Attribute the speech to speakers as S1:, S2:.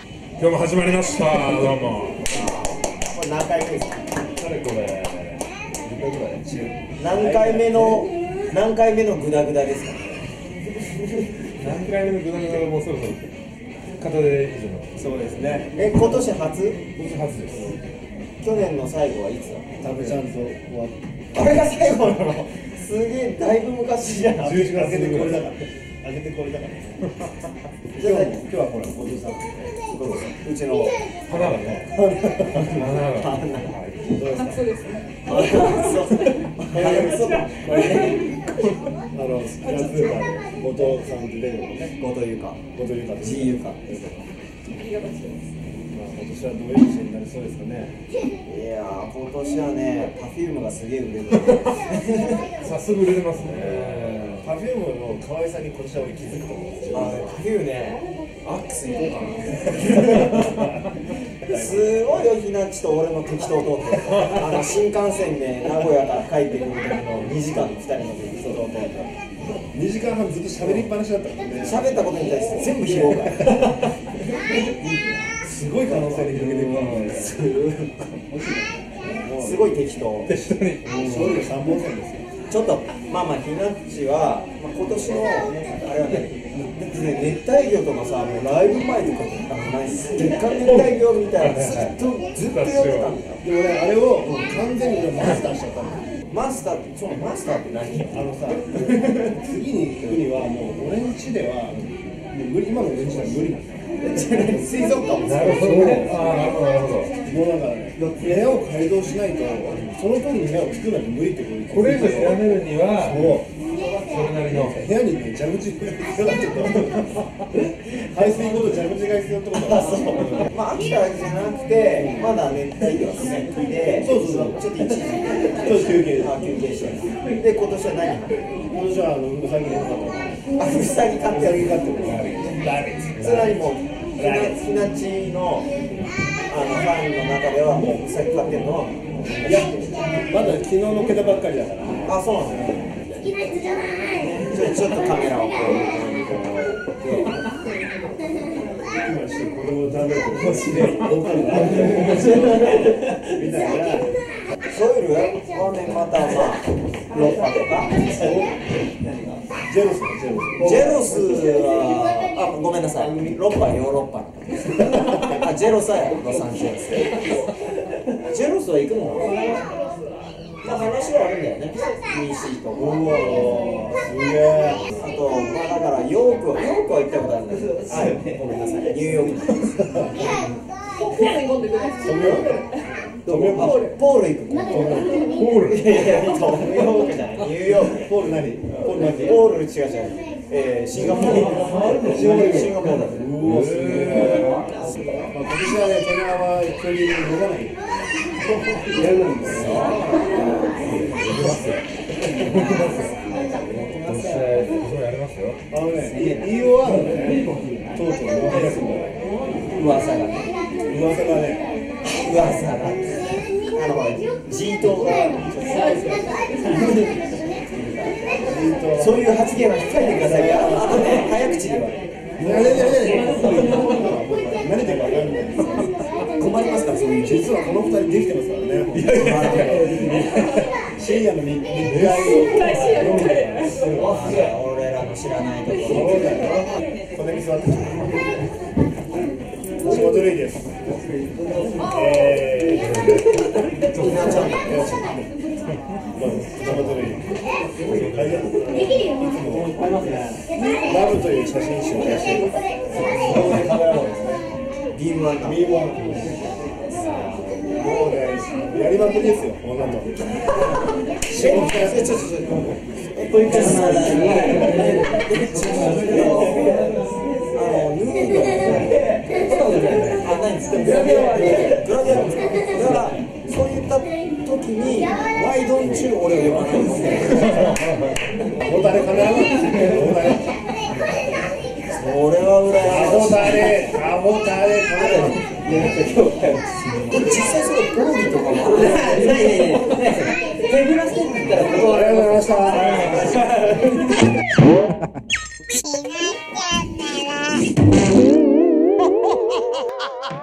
S1: 今日も始まりましたどうも
S2: これ何回目ですか
S3: かれこれ10回ぐらい10
S2: 何回目の何回目のグダグダですか
S3: 何回目のグダグダがもうそろそろ片手以上の
S2: そうですねえ今年初
S3: 今年初です
S2: 去年の最後はいつだ
S4: 多分ちゃんと終わって
S2: これが最後なのすげえだいぶ昔じゃない
S3: 11
S4: 上
S3: 月
S4: げてこれだから
S3: ら
S4: 上げてこれだから
S2: じゃ
S4: 今
S2: あ
S4: 日も今日はほら53
S2: うちの
S3: 花がね花が
S2: 花
S4: どうですか
S5: そうですね。
S2: あそう
S4: これねあのスキャンスーパーの後藤さんと出るのね
S2: 後藤優香
S4: 後藤優香
S2: 自
S4: です
S2: 由か
S5: ありがとうございます。
S4: まあ今年はどういう年になりそうですかね
S2: いやー今年はね Perfume がすげえ売れてる
S3: 早速売れてますね
S4: パフュームの可愛さに今年は俺気づくと思うんです
S2: あ
S4: よ
S2: の Perfume ねアックス行こうかなすごいよひなっちと俺の適当トークあの新幹線で名古屋から帰ってくる時の2時間2人の適当トーク
S4: 2時間半ずっと喋りっぱなしだったもんね
S2: 喋ったことに対して全部拾 うから
S4: すごい可能性で広げていくからね
S2: すごい適当
S3: で下に
S4: 勝利の3本線ですよ
S2: ちょっとまあまあひなっちは、まあ、今年のあれはねだってね熱帯魚とかさもうライブ前とかあの何月間熱帯魚みたいなずっとずっとやってたんだよ
S4: で俺あれをもう完全に俺マスターしちゃったの
S2: マスターってそのマスターって何
S4: あのさ、次に行くには、もう俺ん家では、もう無理、今の俺ん家では無理なんだよ。
S2: 水族館も
S3: なるほどねああなるほどなるほ
S4: もうだから、部屋を改造しないと、その分の部屋を作るなんて無理ってことに
S3: どこれ以上
S4: も
S3: やめるには
S4: う、
S3: それなりの
S4: 部屋にね、蛇口が必要だってこと。排水口と蛇口が必要ってことだから。
S2: まあ秋からじゃなくてまだ熱帯魚が好きで
S4: そうそうそ
S2: ちょ
S4: う
S2: っと一時
S4: ちょっと休憩
S2: あ休憩してるで今年は何
S4: 今年は、あの、うさぎの方が、
S2: あウサギ飼ってる
S4: 飼ってるから、ラビッ
S2: それはもうひなひなちのあのファンの中ではもうウサギ飼ってるのはもう
S4: いや、まだ昨日のけたばっかりだから。
S2: あ、そうなんですね。
S6: 好きな人じゃない。
S2: ちょちょっとカメラをこう。
S4: 今ちょっと子供のために面白いオープンだ面白いみたいな
S2: ソイルはね、またまあ、ロッパとか。
S4: ジェロスだジェロ
S2: ジェロスは、あ、ごめんなさい。ロッパはヨーロッパ。あ、ジェロスはロサンゼルス。ジェロスは行くのかなまあ話はあるんだよね。EC と。
S4: スすげえ
S2: あと、まあだから、ヨークは、ヨークは行ったことあるんだけど、はい、ごめんなさい。ニューヨーク。
S5: コーラに飲んでください。
S2: どうもあポール行くの。
S3: ホール
S2: いやいや、ニューヨークじゃない。ニューヨーク。
S4: ポール何ポール何
S2: オール違う違う、えー、シンガポールシンガポールシンガポールだね
S4: うわすげえまあ今年はね鳥山は一緒に飲まないやるんですよ
S3: 今年そうやりますよ
S4: あのね EOR のねとうとう飲み出すんだよ
S2: 噂がね
S4: 噂がね
S2: 噂があのほら G 党がそういう発言は控えてくださいあのあとね早口では
S4: 慣れてるね慣れてるか分かんないです
S2: 困りますからそういう
S4: 実はこの二人できてますからね。深夜の日日
S5: 大事やみたいな。
S2: おすげえ俺らの知らないところ
S4: そうだよ。これに座って。仕事類です。えー
S2: みんなちゃんと
S4: まあ仕事類。ありがとうございます
S6: できるよ。
S4: ラブという写真集を出しています。
S2: ビームワンダ
S4: ミーモンもうね、やりまくりですよ、女と。仕事やって
S2: えちょちょちょえこういう感じなんだえちょちょあのヌードルあないんですグラデアングラデアンだからそういった時に「ワイドンチュー俺を呼ばないんですね
S4: 大谷かな大谷。
S2: それは
S4: ア
S2: 羨ま
S4: ホ
S2: し
S4: タレ、アホタレ、カ
S2: いでも実際それゴーリーとかもないないない手ぶらしてって言ったら
S4: ありがとうございまし
S6: 好
S4: た。
S6: きな人なら。
S2: あ